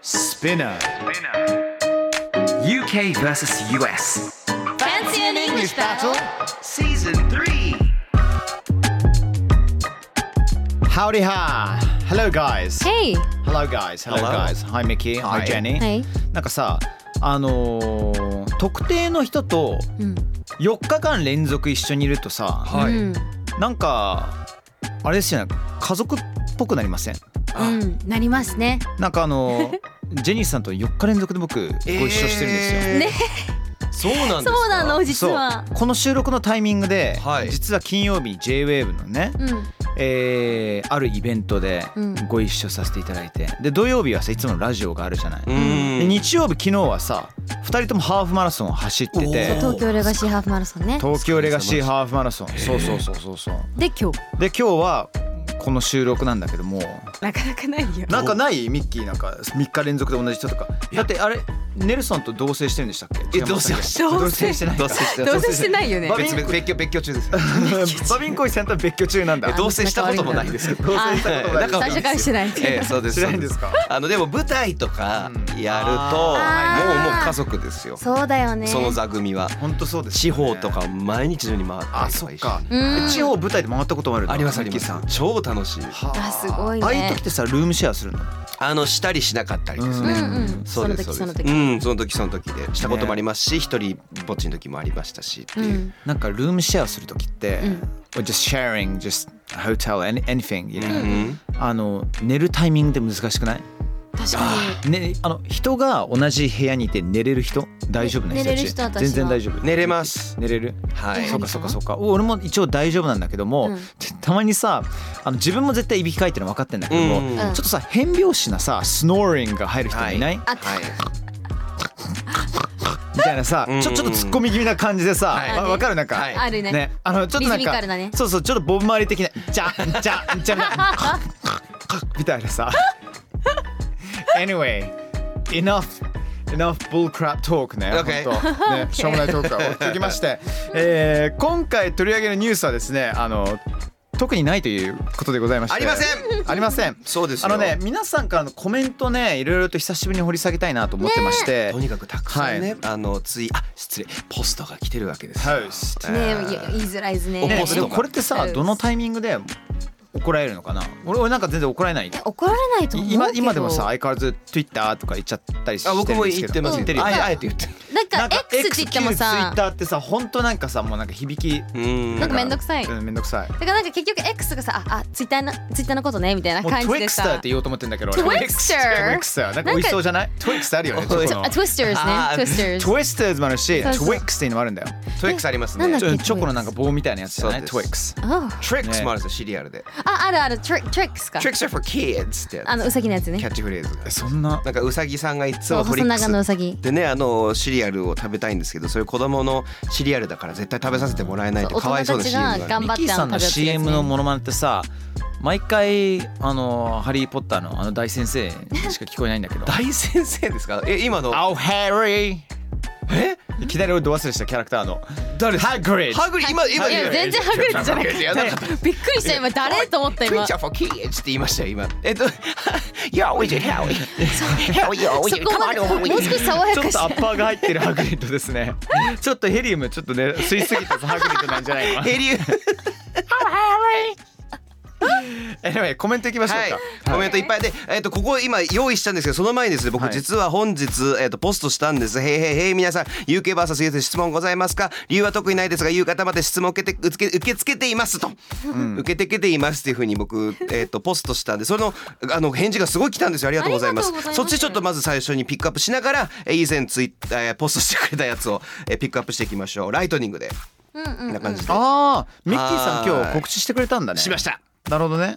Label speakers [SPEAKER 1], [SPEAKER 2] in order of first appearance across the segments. [SPEAKER 1] Spinner.
[SPEAKER 2] UK versus US.
[SPEAKER 3] Fancy an English battle
[SPEAKER 2] Season 3.
[SPEAKER 1] Howdy ha. Hello guys.
[SPEAKER 3] Hey
[SPEAKER 1] Hello guys. Hello,
[SPEAKER 2] Hello.
[SPEAKER 1] guys. Hi Mickey. Hi,
[SPEAKER 2] Hi.
[SPEAKER 1] Jenny.
[SPEAKER 3] はい
[SPEAKER 1] なんかさ、あのー特定の人と
[SPEAKER 3] うん
[SPEAKER 1] 4日間連続一緒にいるとさ、
[SPEAKER 2] は
[SPEAKER 3] う
[SPEAKER 2] い。
[SPEAKER 3] ん
[SPEAKER 1] なんかあれですよね、家族っぽくなりません。
[SPEAKER 3] うんなりますね
[SPEAKER 1] なんかあのージェニーさんと4日連続で僕ご一緒してるんですよ。
[SPEAKER 2] そうなんですか。
[SPEAKER 4] そうなの実
[SPEAKER 1] そう
[SPEAKER 4] は。
[SPEAKER 1] この収録のタイミングで、
[SPEAKER 2] はい
[SPEAKER 1] 実は金曜日に JWAVE のね、
[SPEAKER 4] うん
[SPEAKER 1] えーあるイベントで
[SPEAKER 3] うん
[SPEAKER 1] ご一緒させていただいてで土曜日はさいつものラジオがあるじゃない、
[SPEAKER 2] う
[SPEAKER 1] で
[SPEAKER 2] ん。
[SPEAKER 1] 日曜日昨日はさ2人ともハーフマラソンを走って
[SPEAKER 2] お
[SPEAKER 1] て
[SPEAKER 2] ー
[SPEAKER 4] 東京レガシーハーフマラソンね。
[SPEAKER 1] 東京レガシーハーフマラソンそうそうそうそうそう
[SPEAKER 4] で今日
[SPEAKER 1] で今日はこの収録なんだけども
[SPEAKER 4] なかなかないよ。
[SPEAKER 1] なんかないミッキーなんか3日連続で同じ人とかだってあれネルソンと同棲してるんでしたっけ
[SPEAKER 2] え同棲し
[SPEAKER 4] な
[SPEAKER 2] て
[SPEAKER 4] い
[SPEAKER 1] 同棲してないか
[SPEAKER 2] 同棲して
[SPEAKER 4] どうせしてないよね
[SPEAKER 1] バ。
[SPEAKER 2] 別々別居別居中です。
[SPEAKER 1] バビンコイさんとは別居中なんだ
[SPEAKER 2] 同棲したこともないですけど。
[SPEAKER 1] 同棲したことない
[SPEAKER 2] あ
[SPEAKER 4] 最初からしてない。
[SPEAKER 2] ええそうです。
[SPEAKER 1] 知らないんです
[SPEAKER 2] か。
[SPEAKER 1] か
[SPEAKER 2] あのでも舞台とか
[SPEAKER 1] うん
[SPEAKER 2] やると、
[SPEAKER 4] あー
[SPEAKER 2] もうもう家族ですよ。
[SPEAKER 4] そうだよね。
[SPEAKER 2] その座組は
[SPEAKER 1] 本当そうです、
[SPEAKER 2] 地方とか毎日のように回って
[SPEAKER 1] あそっか
[SPEAKER 4] うん
[SPEAKER 1] 地方舞台で回ったこともあるの
[SPEAKER 2] ありますありま
[SPEAKER 1] ミッキー
[SPEAKER 2] す
[SPEAKER 1] さん。
[SPEAKER 2] 超楽しい。
[SPEAKER 4] あすごいね
[SPEAKER 1] ああいう時ってさルームシェアするの
[SPEAKER 2] あのしたりしなかったりです
[SPEAKER 4] うん
[SPEAKER 2] ね。
[SPEAKER 4] うん。その時その
[SPEAKER 2] う
[SPEAKER 4] 時。
[SPEAKER 2] ん、その時その時でしたこともありますし、一人ぼっちの時もありましたしって
[SPEAKER 4] う
[SPEAKER 2] いう。
[SPEAKER 4] ん
[SPEAKER 1] なんかルームシェアする時って、
[SPEAKER 4] ん
[SPEAKER 1] or just sharing just hotel any- anything you
[SPEAKER 2] う
[SPEAKER 1] know、
[SPEAKER 2] ん
[SPEAKER 1] あの寝るタイミングって難しくない
[SPEAKER 4] 確か
[SPEAKER 1] ねあの人が同じ部屋にいて寝れる人大丈夫な人たち
[SPEAKER 4] 寝れる人私は
[SPEAKER 1] 全然大丈夫
[SPEAKER 2] 寝れます
[SPEAKER 1] 寝れる
[SPEAKER 2] はい。
[SPEAKER 1] そっかそっかそっか俺も一応大丈夫なんだけども、
[SPEAKER 4] うん
[SPEAKER 1] でたまにさあの自分も絶対いびきかいてるの分かってんだけども、
[SPEAKER 2] うん
[SPEAKER 1] ちょっとさ変拍子なさスノーリングが入る人もいない、
[SPEAKER 4] あった
[SPEAKER 2] はい。
[SPEAKER 1] みたいなさ、
[SPEAKER 2] うん
[SPEAKER 1] ちょちょっとツッコミ気味な感じでさ、
[SPEAKER 2] はい
[SPEAKER 1] わわかるなんか、
[SPEAKER 2] はい
[SPEAKER 4] に。あるね。
[SPEAKER 1] ね、あのちょっとな
[SPEAKER 4] リズ
[SPEAKER 1] ん
[SPEAKER 4] ミ
[SPEAKER 1] か
[SPEAKER 4] カルなね
[SPEAKER 1] そうそうちょっとボブ周り的な「じゃんじゃんじゃん」みたいなさ Anyway enough enough bullcrap talk ね、
[SPEAKER 2] Okay.
[SPEAKER 1] ほ んとねしょうもないトークが続きまして、えー今回取り上げるニュースはですねあの特にないということでございまして
[SPEAKER 2] ありません
[SPEAKER 1] ありません
[SPEAKER 2] そうですよ
[SPEAKER 1] あのね皆さんからのコメントねいろいろと久しぶりに掘り下げたいなと思ってまして、
[SPEAKER 2] とにかくたくさんね、
[SPEAKER 1] は
[SPEAKER 2] あのついあ失礼ポストが来てるわけですよ。
[SPEAKER 1] Host
[SPEAKER 4] ねいや言いづらいですね。
[SPEAKER 1] ね
[SPEAKER 2] ポス
[SPEAKER 1] で
[SPEAKER 2] ト
[SPEAKER 1] も
[SPEAKER 2] が
[SPEAKER 1] これってさどのタイミングで怒られるのかな俺俺なんか全然怒られない
[SPEAKER 4] え怒られないと思うけど。
[SPEAKER 1] 今今でもさ相変わらず Twitter とか言っちゃったりして
[SPEAKER 2] あ
[SPEAKER 1] るん
[SPEAKER 2] 僕も
[SPEAKER 1] で
[SPEAKER 2] 言
[SPEAKER 1] すけど
[SPEAKER 2] ってます。
[SPEAKER 1] 言ってるよ
[SPEAKER 2] あ
[SPEAKER 1] ね
[SPEAKER 2] あえて言ってる。
[SPEAKER 4] なんか X って言ってもさ。
[SPEAKER 1] Twitter ってさ本当なんかさもうなんか響き
[SPEAKER 2] うん。
[SPEAKER 4] なんかめんどくさい
[SPEAKER 1] うんめんどくさい
[SPEAKER 4] だからなんか結局 X がさああツイッターのツイッターのことねみたいな
[SPEAKER 1] もう
[SPEAKER 4] 感じで
[SPEAKER 1] Twixter
[SPEAKER 4] さ。
[SPEAKER 1] って言おうと思ってんだけど俺
[SPEAKER 4] Twixter
[SPEAKER 1] Twixter なんか美味しそうじゃない Twix あるよね
[SPEAKER 2] そう
[SPEAKER 1] チョコ
[SPEAKER 4] あ
[SPEAKER 1] の
[SPEAKER 4] Twisters ね
[SPEAKER 2] あー
[SPEAKER 4] Twisters。
[SPEAKER 1] Twisters もあるし
[SPEAKER 4] そうそう
[SPEAKER 1] Twix っていうのもあるんだよ
[SPEAKER 2] トリックスあります
[SPEAKER 4] なん
[SPEAKER 2] ね
[SPEAKER 4] だ。っ
[SPEAKER 1] ち
[SPEAKER 4] け
[SPEAKER 1] ょチョコのなんか棒みたいなやつじゃない
[SPEAKER 2] そうです
[SPEAKER 1] Twix
[SPEAKER 4] あ
[SPEAKER 2] トリックス
[SPEAKER 1] ね
[SPEAKER 2] もあるんですよシリアルで。
[SPEAKER 4] ああるある Tri- Tricks か
[SPEAKER 2] ト。リックス for kids ってやつ
[SPEAKER 4] あのうさぎのやつね
[SPEAKER 2] キャッ。チフレーズが
[SPEAKER 1] え。そんな
[SPEAKER 2] なんかうさぎさんがいつ
[SPEAKER 4] そう
[SPEAKER 2] もトリ
[SPEAKER 4] 細
[SPEAKER 2] ック
[SPEAKER 4] 長のう
[SPEAKER 2] ス
[SPEAKER 4] さ ぎ。
[SPEAKER 2] でねあのシリアルを食べたいんですけどそういう子供のシリアルだから絶対食べさせてもらえないって
[SPEAKER 4] そう
[SPEAKER 2] かわいそうなシリア
[SPEAKER 4] 大人
[SPEAKER 2] ル
[SPEAKER 4] たちが
[SPEAKER 2] があ
[SPEAKER 4] 頑
[SPEAKER 2] る。
[SPEAKER 1] ミ
[SPEAKER 4] 張
[SPEAKER 1] ッ
[SPEAKER 4] っ
[SPEAKER 1] キー
[SPEAKER 4] てあ
[SPEAKER 1] さ
[SPEAKER 4] の
[SPEAKER 1] ん
[SPEAKER 4] 食べや
[SPEAKER 1] の
[SPEAKER 4] つですね
[SPEAKER 1] CM のモノマネってさ毎回あの「ハリー・ポッター」のあの大先生にしか聞こえないんだ けど
[SPEAKER 2] 大先生ですか？え今の
[SPEAKER 1] 「おハリー」えいきなり俺ど忘れしたキャラクターの誰ハグリッド
[SPEAKER 2] ハグリ今今
[SPEAKER 4] いや全然はぐれてじゃなくて
[SPEAKER 2] いやなんか
[SPEAKER 4] びっくりした今誰と思った
[SPEAKER 2] クリ
[SPEAKER 4] 今
[SPEAKER 2] ーチャー for kids って言いましたよ今。えっと、Yo, we did Howie. Hell yo, we
[SPEAKER 4] そ
[SPEAKER 2] did.
[SPEAKER 4] こ
[SPEAKER 2] Come
[SPEAKER 4] ま
[SPEAKER 2] on
[SPEAKER 4] で
[SPEAKER 2] over
[SPEAKER 4] もう
[SPEAKER 2] with
[SPEAKER 4] 少し爽や
[SPEAKER 1] ちょ
[SPEAKER 4] か
[SPEAKER 1] っとア
[SPEAKER 4] し
[SPEAKER 1] ッパーが入ってるハグリッドですねちょっとヘリウムちょっとね吸いすぎたハグリッドなんじ ゃないの
[SPEAKER 2] ヘリウム
[SPEAKER 1] anyway コメントいきましょうか、
[SPEAKER 2] はい、コメントいっぱいで、えっとここ今用意したんですけどその前にですね僕
[SPEAKER 1] はい
[SPEAKER 2] 実は本日、えっとポストしたんです「へいへいへい皆さん UKVS で質問ございますか理由は特にないですが夕方まで質問受けて受け受け付けています」と「受けてけています」っていうふうに僕、えっとポストしたんでそれのあの返事がすごい来たんですよありがとうございます
[SPEAKER 4] ありがとうござい
[SPEAKER 2] そっ
[SPEAKER 4] ます
[SPEAKER 2] ちちょっとまず最初にピックアップしながらえー以前ツイッ、えーポストしてくれたやつを、えーピックアップしていきましょうライトニングで。こんな感じで
[SPEAKER 1] ああミッキーさ
[SPEAKER 2] は
[SPEAKER 1] ん
[SPEAKER 2] い
[SPEAKER 1] 今日告知してくれたんだね
[SPEAKER 2] しました
[SPEAKER 1] なるほどね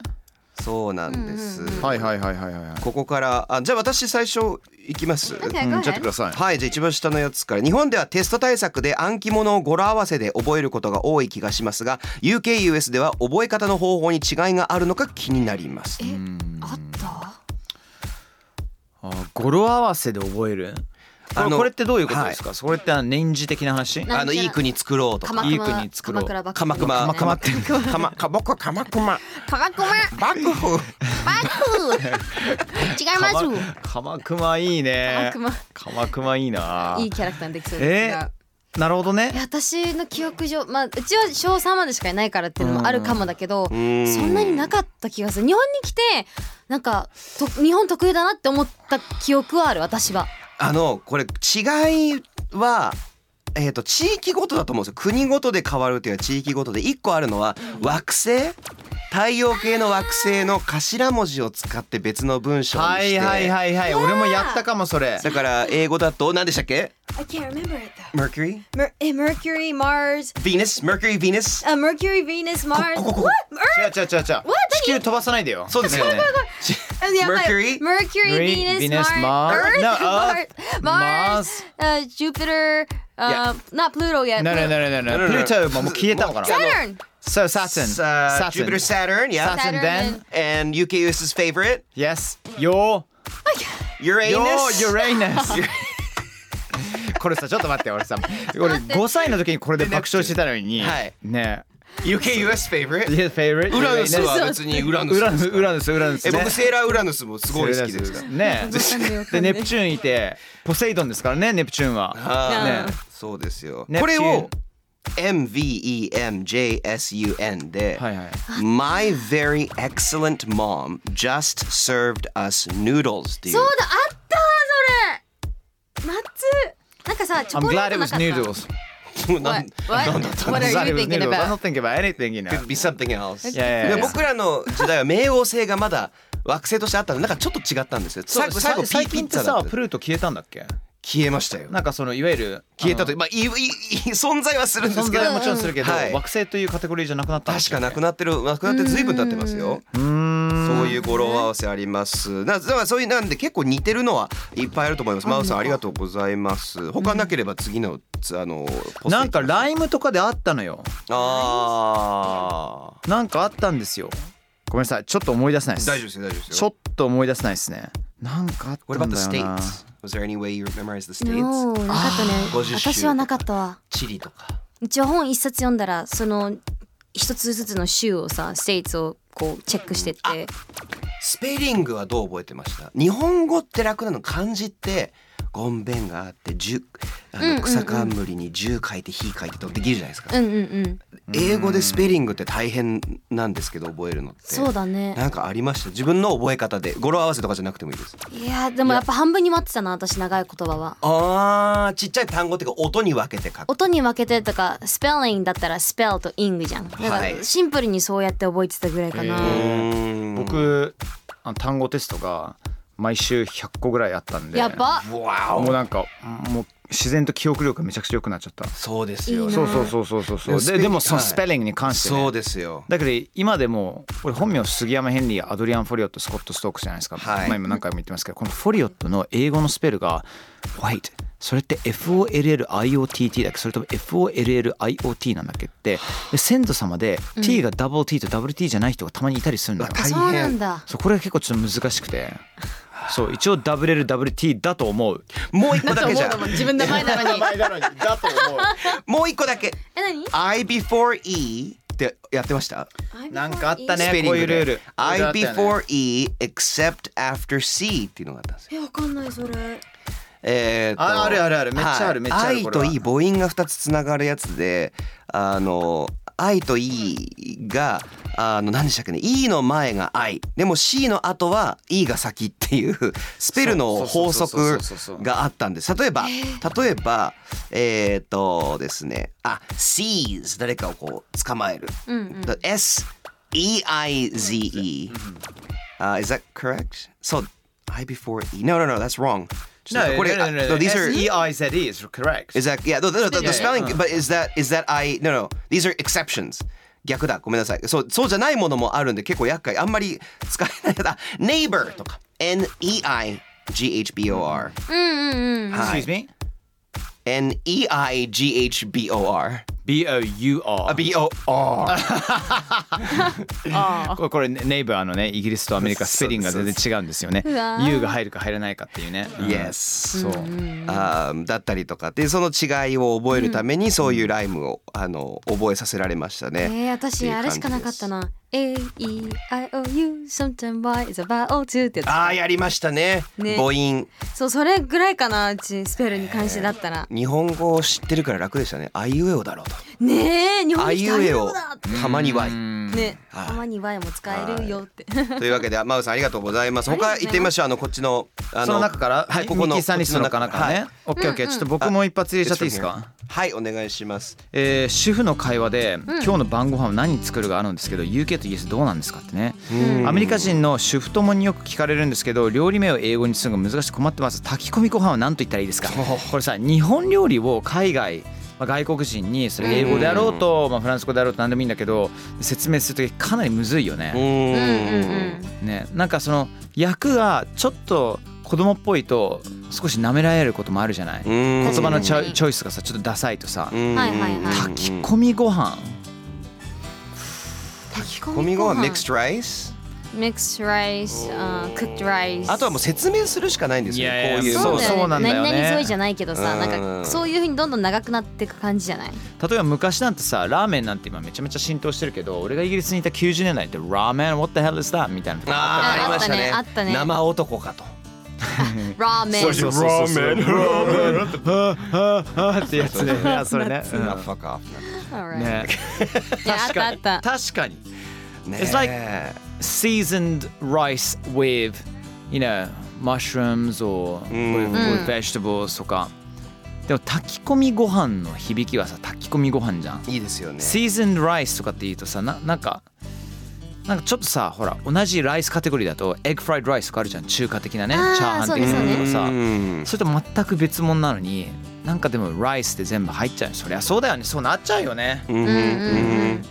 [SPEAKER 2] そうなんです、
[SPEAKER 4] うんうんうん
[SPEAKER 1] はいはいはいはいはいはい
[SPEAKER 2] ここからあじゃあ私最初いきます
[SPEAKER 4] うん
[SPEAKER 1] うんちょっとください
[SPEAKER 2] はいじゃあ一番下のやつから日本ではテスト対策で暗記物を語呂合わせで覚えることが多い気がしますが UKUS では覚え方の方法に違いがあるのか気になります
[SPEAKER 4] え
[SPEAKER 1] うん
[SPEAKER 4] あった
[SPEAKER 1] あ語呂合わせで覚えるこ
[SPEAKER 2] あ
[SPEAKER 1] れ
[SPEAKER 2] の
[SPEAKER 1] これってどういうことですか、それってあの年次的な話
[SPEAKER 4] な
[SPEAKER 2] あのいい国作ろうとか
[SPEAKER 4] 鎌倉
[SPEAKER 1] いい国作ろう
[SPEAKER 4] 鎌倉幕府
[SPEAKER 2] 鎌
[SPEAKER 4] 鎌
[SPEAKER 2] 倉鎌
[SPEAKER 4] 倉
[SPEAKER 2] 倉って鎌か僕は鎌倉
[SPEAKER 4] 鎌倉
[SPEAKER 2] 幕府
[SPEAKER 4] 幕府違います
[SPEAKER 1] 鎌熊いいね
[SPEAKER 4] 鎌
[SPEAKER 1] 鎌熊いいない
[SPEAKER 4] いキャラクターにできそうですが
[SPEAKER 1] なるほど
[SPEAKER 4] いや
[SPEAKER 1] ね
[SPEAKER 4] 私の記憶上まあうちは小3までしかいないからっていうのもあるかもだけど
[SPEAKER 2] そ
[SPEAKER 4] そんなになかった気がする日本に来てなんかと日本特有だなって思った記憶はある私は
[SPEAKER 2] あのこれ違いはえー、と地域ごとだと思うんですよ国ごとで変わるというのは地域ごとで一個あるのは惑星太陽系の惑星の頭文字を使って別の文章に
[SPEAKER 1] は
[SPEAKER 2] して、
[SPEAKER 1] いはいはいはい俺もやったかもそれ
[SPEAKER 2] だから英語だと何でしたっけ
[SPEAKER 5] I can't remember it though.
[SPEAKER 2] Mercury
[SPEAKER 5] Mer- eh, Mercury, Mars,
[SPEAKER 2] Venus Mercury Venus
[SPEAKER 5] uh, Mercury, Venus, Mars.
[SPEAKER 2] こここ
[SPEAKER 5] What? Earth?
[SPEAKER 1] 違う違う違う違う地球飛ばさないでよ
[SPEAKER 2] そうですよ ね
[SPEAKER 1] ね
[SPEAKER 5] Uh, yeah, but-
[SPEAKER 2] Mercury?
[SPEAKER 5] Mercury, Venus,
[SPEAKER 1] Green- Venus,
[SPEAKER 5] Mars,
[SPEAKER 1] Mars.
[SPEAKER 5] Earth,
[SPEAKER 1] No,
[SPEAKER 5] Mars, Mars,
[SPEAKER 1] Mars.
[SPEAKER 5] Uh, Jupiter. Uh, not Pluto yet.
[SPEAKER 1] なる
[SPEAKER 5] Pluto.
[SPEAKER 1] なるなるな
[SPEAKER 2] No,
[SPEAKER 1] る
[SPEAKER 2] no, no.
[SPEAKER 1] プルートももう消えたのかな
[SPEAKER 5] Saturn.
[SPEAKER 1] So Saturn
[SPEAKER 2] Uh, Jupiter Saturn yeah
[SPEAKER 1] Saturn
[SPEAKER 5] Saturn
[SPEAKER 1] then
[SPEAKER 2] and UKUS's favorite
[SPEAKER 1] Yes Your Your
[SPEAKER 2] Uranus
[SPEAKER 1] Uranus これさちょっと待って俺さ俺5歳の時にこれで爆笑してたのに
[SPEAKER 2] はい
[SPEAKER 1] ね
[SPEAKER 2] UKUS favorite
[SPEAKER 1] Your favorite
[SPEAKER 2] ウラヌス
[SPEAKER 1] Uranus
[SPEAKER 2] は別にウラヌス
[SPEAKER 1] ウ
[SPEAKER 2] で
[SPEAKER 1] ラヌス
[SPEAKER 2] すから
[SPEAKER 1] ウラヌスウラヌス
[SPEAKER 2] え
[SPEAKER 1] ね
[SPEAKER 2] 僕セーラーウラヌスもすごい好きですから
[SPEAKER 1] ね
[SPEAKER 4] わか
[SPEAKER 1] で
[SPEAKER 4] んない
[SPEAKER 1] ネプチューンいてポセイドンですからねネプチューンは
[SPEAKER 2] あー
[SPEAKER 1] ね
[SPEAKER 2] そうですよ。
[SPEAKER 1] ネ
[SPEAKER 2] こ
[SPEAKER 1] プチ
[SPEAKER 2] れ
[SPEAKER 1] ューン
[SPEAKER 2] を MVEMJSUN で、
[SPEAKER 1] はいはい
[SPEAKER 2] My very excellent mom just served us noodles っていう。
[SPEAKER 4] そうだあったそれ夏なんかさチョ
[SPEAKER 1] I'm
[SPEAKER 4] コレー
[SPEAKER 1] glad
[SPEAKER 4] ト
[SPEAKER 1] it
[SPEAKER 4] な
[SPEAKER 1] was
[SPEAKER 4] かった
[SPEAKER 1] noodles
[SPEAKER 2] そうなん
[SPEAKER 4] What? What? What are you thinking
[SPEAKER 1] I
[SPEAKER 4] about?
[SPEAKER 1] don't think about anything you know
[SPEAKER 2] Could be something else.
[SPEAKER 1] いやいやい
[SPEAKER 2] で
[SPEAKER 1] や
[SPEAKER 2] 僕らの時代は冥王星がまだ惑星としてあったのでなんかちょっと違ったんですよ。
[SPEAKER 1] さ
[SPEAKER 2] 最後最後ピー
[SPEAKER 1] 最
[SPEAKER 2] ピ
[SPEAKER 1] 近
[SPEAKER 2] ッ
[SPEAKER 1] って
[SPEAKER 2] ツァだ
[SPEAKER 1] さ
[SPEAKER 2] った
[SPEAKER 1] プルート消えたんだっけ
[SPEAKER 2] 消えましたよ。
[SPEAKER 1] なんかそのいわゆる
[SPEAKER 2] 消えたとまあいいいい存在はするんで
[SPEAKER 1] 存
[SPEAKER 2] すけど
[SPEAKER 1] 在はもちろんするけど
[SPEAKER 2] はい
[SPEAKER 1] 惑星というカテゴリーじゃなくなったんで
[SPEAKER 2] 確
[SPEAKER 1] すよ
[SPEAKER 2] か
[SPEAKER 1] ね
[SPEAKER 2] なくなってるなくなってずいぶん経ってますよ。
[SPEAKER 1] うーん
[SPEAKER 2] そういう語呂合わせあります。な、だからそういうなんで結構似てるのはいっぱいあると思います。マウさんありがとうございます。他なければ次のつあのポスト
[SPEAKER 1] なんか
[SPEAKER 2] イ
[SPEAKER 1] ライムとかであったのよ
[SPEAKER 2] ああ
[SPEAKER 1] なんかあったんですよごめんなさいちょっと思い出せないです
[SPEAKER 2] 大丈夫ですよ大丈夫ですよ。
[SPEAKER 1] ちょっと思い出せないですねなんかあっ
[SPEAKER 2] What about
[SPEAKER 1] たん
[SPEAKER 2] the
[SPEAKER 1] だよな
[SPEAKER 2] states? Was there any way you memorize the
[SPEAKER 4] おー
[SPEAKER 2] states?
[SPEAKER 4] なかったね
[SPEAKER 2] 50州
[SPEAKER 4] 私はなかったわ
[SPEAKER 2] チリとか。
[SPEAKER 4] 一応本一冊読んだらその一つずつの州をさステイツをこうチェックしてって
[SPEAKER 2] スペリングはどう覚えてました？日本語って楽なの漢字って。ゴンベンがあって十あ
[SPEAKER 4] うんうんう
[SPEAKER 2] の
[SPEAKER 4] ん
[SPEAKER 2] 草冠に十書いて火書いてとできるじゃないですか、
[SPEAKER 4] うんうんうん
[SPEAKER 2] 英語でスペリングって大変なんですけど覚えるのって
[SPEAKER 4] そうだね
[SPEAKER 2] なんかありました自分の覚え方で語呂合わせとかじゃなくてもいいです
[SPEAKER 4] いやでもやっぱ半分に待ってたな私長い言葉は
[SPEAKER 2] あーちっちゃい単語っていうか音に分けて書く
[SPEAKER 4] 音に分けてとかスペリングだったらスペルとイングじゃんだか
[SPEAKER 2] は
[SPEAKER 4] ら
[SPEAKER 2] い
[SPEAKER 4] シンプルにそうやって覚えてたぐらいかな、
[SPEAKER 1] へー
[SPEAKER 2] 僕
[SPEAKER 1] 僕あの単語テストが毎週100個ぐらいあったんで
[SPEAKER 4] やば
[SPEAKER 2] わ
[SPEAKER 1] もう
[SPEAKER 2] お
[SPEAKER 1] なんかもう自然と記憶力がめちゃくちゃ良くなっちゃった
[SPEAKER 2] そうです
[SPEAKER 4] い
[SPEAKER 2] よ
[SPEAKER 4] いな
[SPEAKER 1] そうそうそうそうそう
[SPEAKER 2] でも
[SPEAKER 1] そ
[SPEAKER 2] スペ
[SPEAKER 1] うででもその
[SPEAKER 2] はい
[SPEAKER 1] スペリングに関して、ね
[SPEAKER 2] そうですよ
[SPEAKER 1] だけど今でも俺本名杉山ヘンリーアドリアン・フォリオットスコット・ストークスじゃないですか、
[SPEAKER 2] はい
[SPEAKER 1] まあ今何回も言ってますけどこのフォリオットの英語のスペルが「white」それって FOLLIOTT だっけそれとも FOLLIOT なんだっけってで先祖様で T が double T と double T じゃない人がたまにいたりするんだよ、
[SPEAKER 4] あそうなんだ
[SPEAKER 1] そうこれが結構ちょっと難しくてそう一応 WLWT だと思う
[SPEAKER 2] もう一個だけじゃ
[SPEAKER 4] だ
[SPEAKER 2] ん
[SPEAKER 4] 自分の前なのに
[SPEAKER 1] だと思
[SPEAKER 2] もう一個だけ
[SPEAKER 4] え 何
[SPEAKER 2] I before E ってやってました
[SPEAKER 1] なんかあった
[SPEAKER 2] スペ
[SPEAKER 1] ね
[SPEAKER 2] リン
[SPEAKER 1] こう
[SPEAKER 2] グ
[SPEAKER 1] いう
[SPEAKER 2] で
[SPEAKER 1] ルール
[SPEAKER 2] I before E except after C っていうのがあったんですよえー、と
[SPEAKER 1] ああるあるあるめっちゃある
[SPEAKER 2] はい
[SPEAKER 1] めっちゃある
[SPEAKER 2] 愛
[SPEAKER 1] これ
[SPEAKER 2] と
[SPEAKER 1] は
[SPEAKER 2] E 母音が2つつながるやつであの愛と E があの何でしたっけね E の前が愛でも C の後は E が先っていう スペルの法則があったんです例えば例えばえっ、とですねあ Seize 誰かをこう捕まえる、
[SPEAKER 4] うんうん、
[SPEAKER 2] The S E I Z E Uh, is that correct? So I before E. No, no, no, that's wrong. Just-
[SPEAKER 1] No, no,
[SPEAKER 2] これ
[SPEAKER 1] no, no,
[SPEAKER 2] uh,
[SPEAKER 1] no.
[SPEAKER 2] these are
[SPEAKER 1] S-E-I-Z-E is correct.
[SPEAKER 2] is that yeah, no, no, no, the, the,
[SPEAKER 1] Yeah, yeah.
[SPEAKER 2] spelling but is that is that I no no, these are exceptions. 逆だごめんなさいそうそうじゃないものもあるんで結構厄介あんまり使えない だ neighbor とか NEIGHBOR
[SPEAKER 4] うんうんうん。
[SPEAKER 2] はい
[SPEAKER 1] Excuse me?
[SPEAKER 2] NEIGHBOR
[SPEAKER 1] B-O-U-R。
[SPEAKER 2] BOR
[SPEAKER 1] これこれネイバーのねイギリスとアメリカスペリングが全然違うんですよね。U
[SPEAKER 4] わ
[SPEAKER 1] が入るか入らないかっていうね。うん
[SPEAKER 2] Yes
[SPEAKER 1] そう。
[SPEAKER 2] あーだったりとかでその違いを覚えるためにそういうライムをあの覚えさせられましたね。
[SPEAKER 4] えー、
[SPEAKER 2] ってい
[SPEAKER 4] 私
[SPEAKER 2] う感
[SPEAKER 4] あ
[SPEAKER 2] じで
[SPEAKER 4] れ
[SPEAKER 2] す
[SPEAKER 4] しかなかったな。A E I O U sometime by is about all too ってやつ
[SPEAKER 2] ああやりましたね
[SPEAKER 4] ね
[SPEAKER 2] 母音
[SPEAKER 4] そうそれぐらいかなうちスペルに関してだったら。
[SPEAKER 2] 日本語を知ってるから楽でしたねあいうえおだろう
[SPEAKER 4] ねえ日
[SPEAKER 2] とあ
[SPEAKER 4] 本
[SPEAKER 2] い
[SPEAKER 4] に
[SPEAKER 2] うえ
[SPEAKER 4] 来
[SPEAKER 2] お
[SPEAKER 4] た
[SPEAKER 2] たまにわい
[SPEAKER 4] ね
[SPEAKER 2] はい
[SPEAKER 4] たまに Y も使えるよって。
[SPEAKER 2] というわけでマウさんありがとうございます他行ってみましょうあのこっちのあ
[SPEAKER 1] その中から、
[SPEAKER 2] はいここ
[SPEAKER 1] ここ
[SPEAKER 2] の
[SPEAKER 1] のミキさんに質問かなんか
[SPEAKER 2] は
[SPEAKER 1] ね
[SPEAKER 2] い。
[SPEAKER 1] オッケーオッケー。ちょっと僕も一発入れちゃっていいですか？
[SPEAKER 2] はいお願いします
[SPEAKER 1] えー主婦の会話で、今日の晩ご飯は何作るがあるんですけど UK とイギリスどうなんですかってね、アメリカ人の主婦ともによく聞かれるんですけど料理名を英語にするのが難しく困ってます炊き込みご飯は何と言ったらいいですかこれさ日本料理を海外まあ外国人にそれ英語であろうと、まあ、フランス語であろうと何でもいいんだけど説明するときかなりむずいよ
[SPEAKER 2] う
[SPEAKER 1] ね,、
[SPEAKER 2] ん
[SPEAKER 1] ねなんかその役がちょっと子供っぽいと少し舐められることもあるじゃない、
[SPEAKER 2] 言
[SPEAKER 1] 言葉のチ
[SPEAKER 4] う
[SPEAKER 1] ョ
[SPEAKER 4] ん
[SPEAKER 1] チョイスがさちょっとダサいとさ、
[SPEAKER 4] はいはいはい
[SPEAKER 1] 炊き込みご飯
[SPEAKER 4] 炊き
[SPEAKER 2] 込みご飯 mixed rice
[SPEAKER 4] mixed rice、uh, cooked rice。
[SPEAKER 2] あとはもう説明するしかないんですよ
[SPEAKER 1] いやい
[SPEAKER 2] ね
[SPEAKER 1] や
[SPEAKER 2] こういう
[SPEAKER 1] そ
[SPEAKER 4] そううだ
[SPEAKER 2] のは
[SPEAKER 4] よね
[SPEAKER 1] そうなんだよね
[SPEAKER 4] 何々添いじゃないけどさ、
[SPEAKER 2] うん
[SPEAKER 4] なんかそういうふうにどんどん長くなっていく感じじゃない。
[SPEAKER 1] 例えば昔なんてさラーメンなんて今めちゃめちゃ浸透してるけど俺がイギリスにいた90年代ってラーメン What the hell is that? みたいな
[SPEAKER 2] あーあり
[SPEAKER 4] あ
[SPEAKER 2] ましたね
[SPEAKER 4] あったねあったね
[SPEAKER 2] 生男かと
[SPEAKER 4] ラーメン。
[SPEAKER 1] そうそうそうそうラーメンラーメンはあはあはあってやつねいやそれねうん
[SPEAKER 2] fuck off
[SPEAKER 4] Alright
[SPEAKER 1] ね
[SPEAKER 4] いやあったあった。
[SPEAKER 1] 確かに
[SPEAKER 2] ね
[SPEAKER 1] It's like- seasoned rice with you know mushrooms or
[SPEAKER 2] ん
[SPEAKER 1] with, with vegetables とかでも炊き込みご飯の響きはさ炊き込みご飯じゃん
[SPEAKER 2] いいですよね
[SPEAKER 1] シーズンライスとかって言うとさななんかなんかちょっとさほら同じライスカテゴリーだとエッグフライドライスとかあるじゃん中華的なねチャ
[SPEAKER 4] あー
[SPEAKER 1] ーハン的
[SPEAKER 4] そう
[SPEAKER 1] な
[SPEAKER 4] ね
[SPEAKER 1] のさ
[SPEAKER 2] うん
[SPEAKER 1] それと全く別物なのになんかでもライスって全部入っちゃうそりゃそうだよねそうなっちゃうよね
[SPEAKER 2] うんうん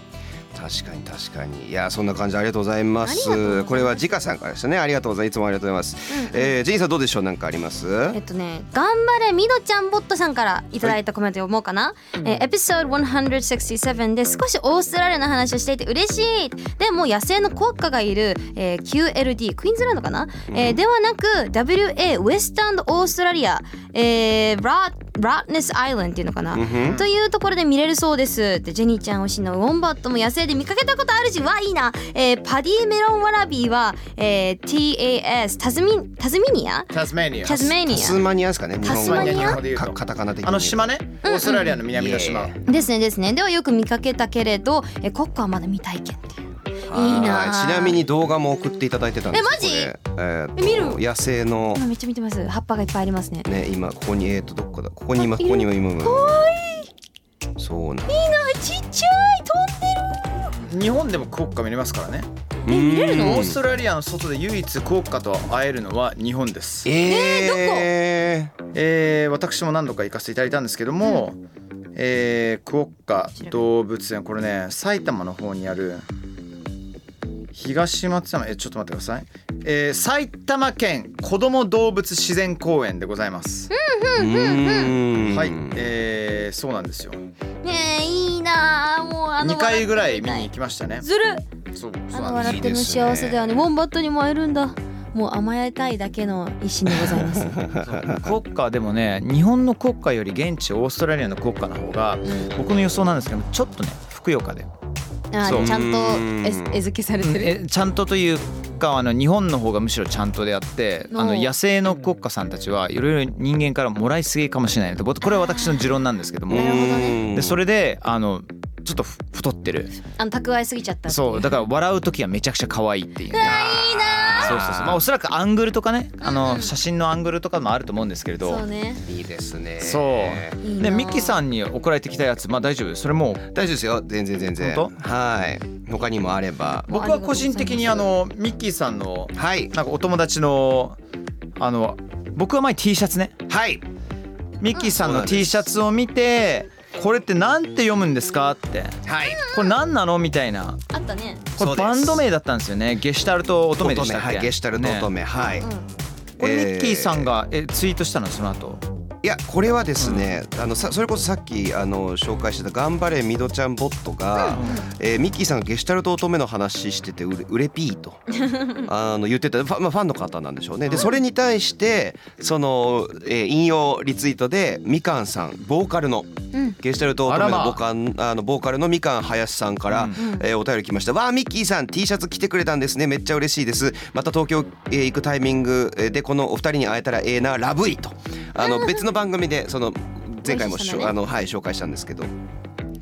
[SPEAKER 2] 確かに確かにいやそんな感じありがとうございますこれはジカさんからでしたねありがとうございますいつもありがとうございます、えージェニーさんどうでしょうなんかあります
[SPEAKER 4] えっとね、頑張れみどちゃんボットさんからいただいたコメント読もうかな。えーエピソード167で少しオーストラリアの話をしていて嬉しいでも野生の国家がいる、えー QLD、クイーンズランドかな、えーではなく WA、ウェスタンドオーストラリア、えー、ララッネスアイランドっていうのかな、というところで見れるそうですでジェニーちゃん推しのウォンバットも野生で見かけたことあるしわいいな、えーパディメロンワラビーは、えー TAS タズミタズミニア
[SPEAKER 1] タスメニ
[SPEAKER 4] タズメニ
[SPEAKER 2] タ
[SPEAKER 4] ア
[SPEAKER 2] スマニアですかね日本語
[SPEAKER 4] タスマニア
[SPEAKER 2] でかカタカナ的に
[SPEAKER 1] あの島ねオーストラリアの南の島、
[SPEAKER 4] ですねですねではよく見かけたけれどえ国家はまだ未体験っていういいな
[SPEAKER 2] は
[SPEAKER 4] あ
[SPEAKER 2] いちなみに動画も送っていただいてたんで
[SPEAKER 4] え
[SPEAKER 2] す
[SPEAKER 4] マジ
[SPEAKER 2] これえーと
[SPEAKER 4] え見る
[SPEAKER 2] 野生の
[SPEAKER 4] 今めっちゃ見てます葉っぱがいっぱいありますね
[SPEAKER 2] ね今ここにえっ、とどこだここに今ここに今今今そうな
[SPEAKER 4] い
[SPEAKER 2] ん
[SPEAKER 4] いなちっちゃい飛んで
[SPEAKER 1] 日本でも国歌見れますからね
[SPEAKER 2] え見れる
[SPEAKER 1] オーストラリアの外で唯一国歌と会えるのは日本です
[SPEAKER 2] えー、どこ
[SPEAKER 1] えー私も何度か行かせていただいたんですけども、えー、クオッカ動物園これね埼玉の方にある東松山えちょっと待ってください、えー、埼玉県子ども動物自然公園でございます、
[SPEAKER 2] うん
[SPEAKER 1] はい、えー、そうなんですよ
[SPEAKER 4] るねえいいなあもうあの
[SPEAKER 1] 2回ぐらい見に行きましたね
[SPEAKER 4] ずる
[SPEAKER 1] そう
[SPEAKER 4] あ
[SPEAKER 1] そう
[SPEAKER 4] の
[SPEAKER 1] なん
[SPEAKER 4] 笑
[SPEAKER 1] です
[SPEAKER 4] ってるの幸せだよねウォンバットにも会えるんだもう甘えたいだけの意思にございます
[SPEAKER 1] 国歌でもね日本の国歌より現地オーストラリアの国歌の方が僕の予想なんですけどちょっとねふくよかで
[SPEAKER 4] あ
[SPEAKER 1] そう
[SPEAKER 4] ーちゃんと
[SPEAKER 2] うん
[SPEAKER 4] え餌付けされてる
[SPEAKER 1] えちゃんとというかあの日本の方がむしろちゃんとであってあ
[SPEAKER 4] おう
[SPEAKER 1] の野生の国家さんたちはいろいろ人間からもらいすぎかもしれないと僕これは私の持論なんですけども
[SPEAKER 4] なるほどね
[SPEAKER 1] でそれであのちょっとふ太ってる
[SPEAKER 4] あの蓄えすぎちゃったってい
[SPEAKER 1] そうだから笑う時はめちゃくちゃ可愛いっていうね
[SPEAKER 4] いいなあ
[SPEAKER 1] そうそうそうまあおそらくアングルとかねあの写真のアングルとかもあると思うんですけれど
[SPEAKER 4] そうね
[SPEAKER 2] いいですね
[SPEAKER 1] そう
[SPEAKER 4] いいな
[SPEAKER 1] でミッキーさんに送られてきたやつまあ大丈夫それも
[SPEAKER 2] 大丈夫ですよ全然全然
[SPEAKER 1] 本
[SPEAKER 2] はい他にもあれば
[SPEAKER 1] 僕は個人的にあのミッキーさんの
[SPEAKER 2] はい
[SPEAKER 1] なんかお友達のあの僕は前 T シャツね
[SPEAKER 2] はい
[SPEAKER 1] ミッキーさん
[SPEAKER 2] そうな
[SPEAKER 1] の
[SPEAKER 2] んです
[SPEAKER 1] T シャツを見てこれってなんて読むんですかって
[SPEAKER 2] はい
[SPEAKER 1] これ何なのみたいな
[SPEAKER 4] あったね
[SPEAKER 1] こ
[SPEAKER 2] そうです
[SPEAKER 1] れバンド名だったんですよねゲシュタルト乙女でしたっけ
[SPEAKER 2] はいゲシュタルト乙
[SPEAKER 1] ね
[SPEAKER 2] 女はい
[SPEAKER 1] これミッキーさん
[SPEAKER 2] が
[SPEAKER 1] がえツイートしたのその後
[SPEAKER 2] いやこれはですね、あのさそれこそさっきあの紹介してた「頑張れミドちゃんボットが」えーミッキーさんがゲシュタルト乙女の話してて「うれうれぴー と」あの言ってたファ,、まあ、ファンの方なんでしょうねでそれに対してその、えー引用リツイートでみかんさんボーカルの、ゲシュタルト乙女
[SPEAKER 1] あら
[SPEAKER 2] の
[SPEAKER 1] ま
[SPEAKER 2] ボカンあのボーカルのみかん林さんから、えーお便り来ました「わあミッキーさん T シャツ着てくれたんですねめっちゃ嬉しいですまた東京、えー行くタイミングえーでこのお二人に会えたらええなラブイ」と。あの別の番組でその前回もし
[SPEAKER 4] ご一緒した
[SPEAKER 2] ょ、
[SPEAKER 4] ね
[SPEAKER 2] あのはい紹介したんですけど。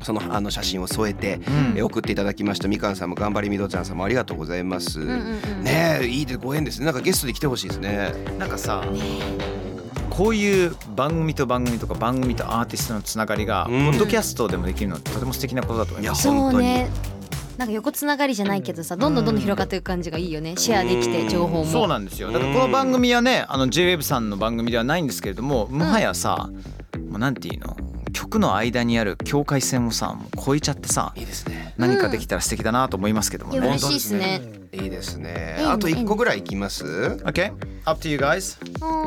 [SPEAKER 2] そのあの写真を添えて、
[SPEAKER 1] ん
[SPEAKER 2] え送っていただきましたみかんさんも頑張りみどちゃんさんもありがとうございます、
[SPEAKER 4] うん
[SPEAKER 2] ねえいいでご縁ですねなんかゲストで来てほしいですね
[SPEAKER 1] なんかさこういう番組と番組とか番組とアーティストのつながりが、
[SPEAKER 2] うん
[SPEAKER 1] ポッドキャストでもできるのってとても素敵なことだと思います。
[SPEAKER 4] そうねなんか横つながりじゃないけどさどんどんどんどん広がっていく感じがいいよねシェアできて情報も
[SPEAKER 1] そうなんですよだからこの番組はねあの JWEB さんの番組ではないんですけれどももはやさ、もうなんていうの曲の間にある境界線をさもう超えちゃってさ
[SPEAKER 2] いいですね
[SPEAKER 1] 何かできたら素敵だなと思いますけども
[SPEAKER 4] いや
[SPEAKER 1] ね。
[SPEAKER 4] 嬉しいですね
[SPEAKER 2] いいですね
[SPEAKER 4] いいね
[SPEAKER 2] あと一個ぐらいいきます
[SPEAKER 1] Okay, up to you guys.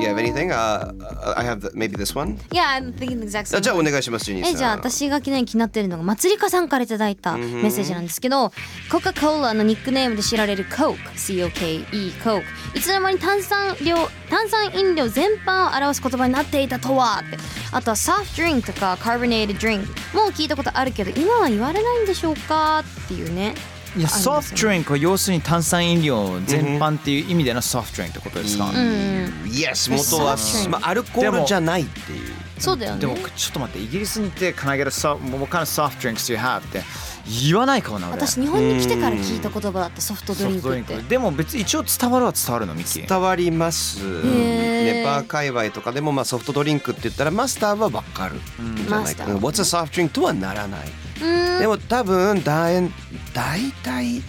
[SPEAKER 2] You have anything? Uh, I have the, maybe this one
[SPEAKER 4] いや I'm thinking the exact
[SPEAKER 2] あ
[SPEAKER 4] same
[SPEAKER 2] じゃあお願いしますジュニーさん
[SPEAKER 4] えじゃあ私が記念気になってるのがまつりかさんからいただいたメッセージなんですけど、コカ・コーラのニックネームで知られる Coke COKE Coke いつの間に炭酸量炭酸飲料全般を表す言葉になっていたとはってあとはソフトドリンクとかカーボネイトドリンクもう聞いたことあるけど今は言われないんでしょうかっていうね
[SPEAKER 1] いや、ソフトドリンクは要するに炭酸飲料全般っていう意味でのソフトドリンクってことですか、
[SPEAKER 2] Yes 元は、
[SPEAKER 4] Yes
[SPEAKER 2] まあ、アルコールじゃないっていう
[SPEAKER 4] そうだよね
[SPEAKER 1] でもちょっと待ってイギリスに行って「Can I get a soft, what kind of soft drinks do you have?」って言わないかもな俺
[SPEAKER 4] 私日本に来てから聞いた言葉だったソフトド
[SPEAKER 1] ソ
[SPEAKER 4] リ
[SPEAKER 1] フ
[SPEAKER 4] ン
[SPEAKER 1] ト
[SPEAKER 4] ク
[SPEAKER 1] ドリ
[SPEAKER 4] っ
[SPEAKER 1] ン
[SPEAKER 4] て
[SPEAKER 1] クでも別に一応伝わるは伝わるのミッキー
[SPEAKER 2] 伝わります
[SPEAKER 4] へー
[SPEAKER 2] ネバー界隈とかでもまあソフトドリンクって言ったらマスターは分かるじゃ
[SPEAKER 4] マ
[SPEAKER 2] な
[SPEAKER 4] ス
[SPEAKER 2] い
[SPEAKER 4] タ
[SPEAKER 2] か
[SPEAKER 4] ー
[SPEAKER 2] な What's a soft drink とはならない
[SPEAKER 4] うん
[SPEAKER 2] でも多分だい大体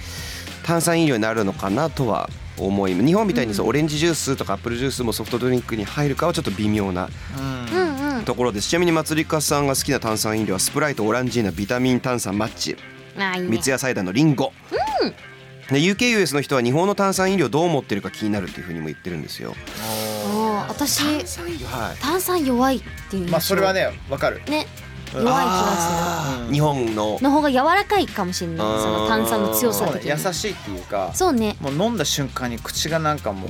[SPEAKER 2] 炭酸飲料になるのかなとは思い日本みたいにそうオレンジジュースとかアップルジュースもソフトドリンクに入るかはちょっと微妙な
[SPEAKER 4] うんうん
[SPEAKER 2] ところですちなみにまつりかさんが好きな炭酸飲料はスプライトオランジーナビタミン炭酸マッチ
[SPEAKER 4] ああいい
[SPEAKER 2] 三
[SPEAKER 4] ね
[SPEAKER 2] ツ矢サイダーのリンゴ、で UKUS の人は日本の炭酸飲料どう思ってるか気になるっていうふうにも言ってるんですよ
[SPEAKER 4] おー私
[SPEAKER 2] はい
[SPEAKER 4] 炭酸弱いっていう印象
[SPEAKER 1] ねわかる
[SPEAKER 4] ね弱い気が
[SPEAKER 2] あー日本の
[SPEAKER 4] するの方が柔らかいかもしれないその炭酸の強さ的に
[SPEAKER 1] しいっていうか
[SPEAKER 4] そうね
[SPEAKER 1] もう飲んだ瞬間に口がなんかもう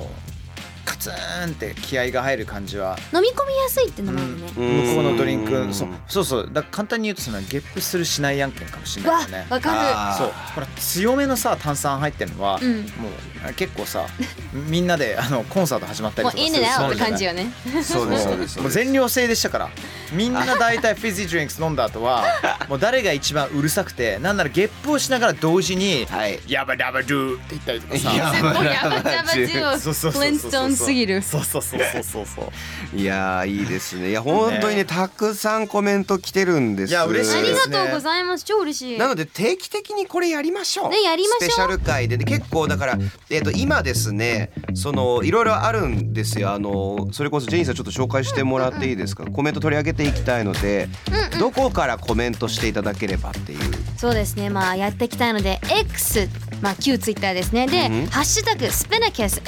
[SPEAKER 1] カツーンって気合が入る感じは
[SPEAKER 4] 飲み込みやすいってのもあるね
[SPEAKER 2] うん
[SPEAKER 1] 向こうのドリンクそうそうそうだから簡単に言うとそのゲップするしない案件かもしれ
[SPEAKER 4] うわ
[SPEAKER 1] ないよね
[SPEAKER 4] わか
[SPEAKER 2] あー
[SPEAKER 1] そうほら強めのさ炭酸入ってるのは、
[SPEAKER 4] うん
[SPEAKER 1] もうあ結構さみんなであのコンサート始まった
[SPEAKER 4] る
[SPEAKER 1] り
[SPEAKER 4] もうい
[SPEAKER 1] とか
[SPEAKER 4] い
[SPEAKER 1] す
[SPEAKER 4] ね
[SPEAKER 1] る
[SPEAKER 4] だよっ
[SPEAKER 1] そう
[SPEAKER 4] て
[SPEAKER 1] じゃない
[SPEAKER 4] 感じよね
[SPEAKER 2] そうですそうです
[SPEAKER 1] もう全寮制でしたからみんな大体フィジードリンクス飲んだ後 はもう誰が一番うるさくてなんならゲップをしながら同時に
[SPEAKER 2] はい
[SPEAKER 1] 「ヤバダバドゥ」って言ったりとかさ
[SPEAKER 2] やばい
[SPEAKER 4] やばちゃばちよ
[SPEAKER 1] そうそうそうそうそう
[SPEAKER 4] フリンストーンすぎる
[SPEAKER 1] そうそうそうそうそうそう
[SPEAKER 2] いやーいいですねいや本当にねたくさんコメント来てるんです
[SPEAKER 1] いや嬉し
[SPEAKER 4] あ
[SPEAKER 1] い
[SPEAKER 4] り
[SPEAKER 1] です
[SPEAKER 4] がとうございます超嬉しい
[SPEAKER 2] なので定期的にこれやりましょう。
[SPEAKER 4] ねやりましょう
[SPEAKER 2] スペシャル会でで結構だからえっ、と今ですねそのいろいろあるんですよあのそれこそジェニーさんちょっと紹介してもらっていいですかコメント取り上げていきたいので、どこからコメントしていただければっていう。
[SPEAKER 4] そうですねまあやっていきたいので X まあ旧ツイッターですねで、ハッシュタグスピナケス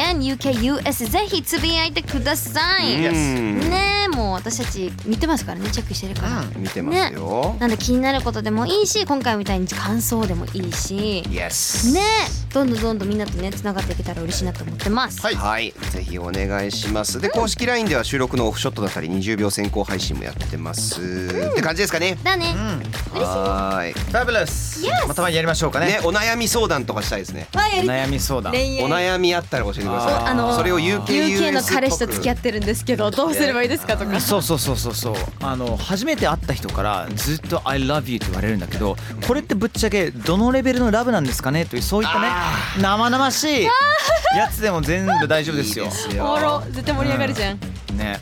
[SPEAKER 4] SPINUKUS ぜひつぶやいてください、
[SPEAKER 2] うん
[SPEAKER 4] ねえもう私たち見てますからねチェックしてるから、
[SPEAKER 2] 見てますよ。
[SPEAKER 4] なんで気になることでもいいし今回みたいに感想でもいいし
[SPEAKER 2] Yes。
[SPEAKER 4] ねえどんどんどんどんみんなとねつながっていけたら嬉しいなと思ってます、
[SPEAKER 2] はい、ぜひお願いします。で、公式 LINE では収録のオフショットだったり20秒先行配信もやってます。って感じですかね。
[SPEAKER 4] だね、
[SPEAKER 2] はーい。
[SPEAKER 1] ファブラス、まあ、たまにやりましょうかね
[SPEAKER 2] ね、お悩み相談とかしたいですね。
[SPEAKER 4] わや
[SPEAKER 1] お
[SPEAKER 4] り
[SPEAKER 1] 悩み相談
[SPEAKER 4] 恋
[SPEAKER 2] お
[SPEAKER 4] 愛
[SPEAKER 2] 悩みあったら教えてください。
[SPEAKER 4] あの
[SPEAKER 2] それを UKUS
[SPEAKER 4] UK の彼氏と付き合ってるんですけどどうすればいいですかとか
[SPEAKER 1] そうそうそうそうそうあの初めて会った人からずっと「I love you」って言われるんだけどこれってぶっちゃけどのレベルのラブなんですかねというそういったね生々しいやつでも全部大丈夫ですよ。
[SPEAKER 4] おもろ絶対盛り上がるじゃん、
[SPEAKER 1] ね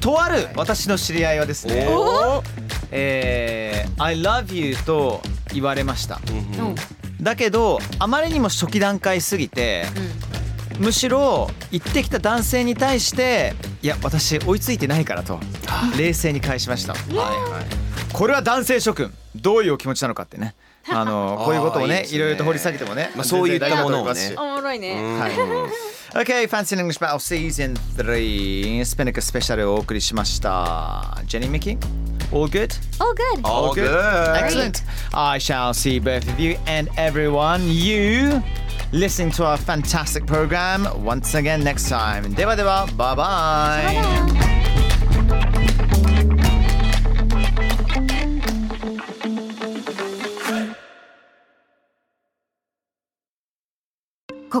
[SPEAKER 1] とある私の知り合いはですね「えー I love you」と言われました。
[SPEAKER 4] うん
[SPEAKER 1] だけどあまりにも初期段階すぎて、むしろ行ってきた男性に対していや私追いついてないからと冷静に返しました。
[SPEAKER 2] はいはい
[SPEAKER 1] これは男性諸君どういうお気持ちなのかっ てねあのこういうことを
[SPEAKER 2] あーいい
[SPEAKER 1] ね
[SPEAKER 2] ですね
[SPEAKER 1] いろいろと掘り下げてもね、
[SPEAKER 2] まあそういったものをね
[SPEAKER 1] 全然大丈夫だと思いますし
[SPEAKER 5] おもろいね。
[SPEAKER 1] はい。OK, Fancy in English Battle Season 3スペネクスペシャルをお送りしました。ジェニー・ミキ All good?
[SPEAKER 4] Oh, good.
[SPEAKER 2] All good.
[SPEAKER 1] Excellent. I shall see both of you and everyone you listening to our fantastic program once again next time. ではでは、バイバイ。
[SPEAKER 3] こ